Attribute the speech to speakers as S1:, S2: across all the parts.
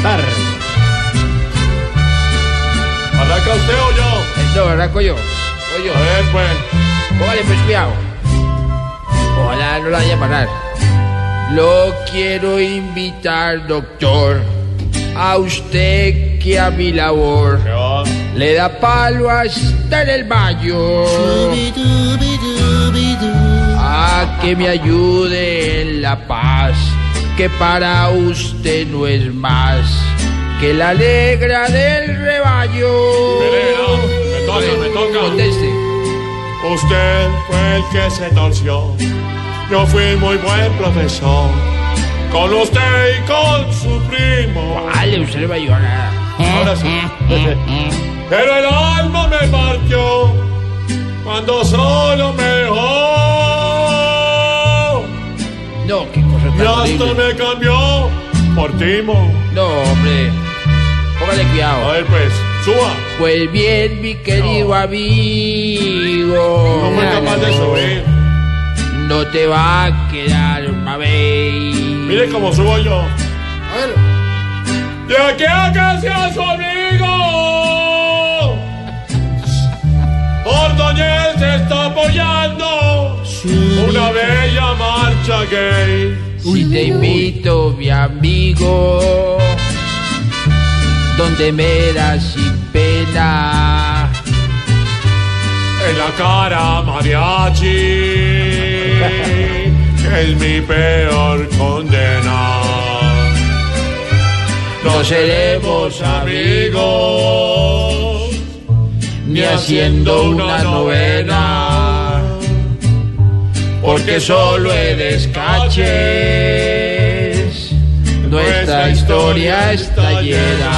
S1: cantar.
S2: Arranca usted o yo.
S1: Esto, ¿verdad, Coyo? Coyo,
S2: A ver, pues.
S1: póngale pues cuidado. Ojalá no la vaya a parar. Lo quiero invitar, doctor, a usted que a mi labor
S2: ¿Qué va?
S1: le da palo hasta en el baño. A que me ayude en la paz, que para usted no es más que la alegra del rebaño.
S2: Espere, no. Me toca, me toca.
S1: Conteste.
S2: Usted fue el que se torció. Yo fui muy buen profesor. Con usted y con su primo.
S1: Vale, usted no me ayudó a nada.
S2: Ahora sí. Pero el alma me partió cuando solo me dejó.
S1: No, qué cosa
S2: Y
S1: tan
S2: hasta
S1: horrible.
S2: me cambió por Timo.
S1: No, hombre. Póngale
S2: A
S1: cuidado.
S2: ver, pues, suba.
S1: Pues bien, mi querido amigo.
S2: No fue capaz de subir.
S1: No te va a quedar, babey.
S2: Mire cómo subo yo.
S1: A ver.
S2: De aquí a que sea su amigo. Ordóñez está apoyando una bella marcha gay.
S1: Uy, te invito, mi amigo, donde me das sin pena.
S2: En la cara mariachi es mi peor condena. No seremos amigos
S1: Ni haciendo una novena,
S2: porque solo eres caché.
S1: es nuestra historia está llena.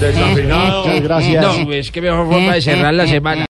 S2: Desafinado.
S1: Este No, es que mejor forma de cerrar la semana.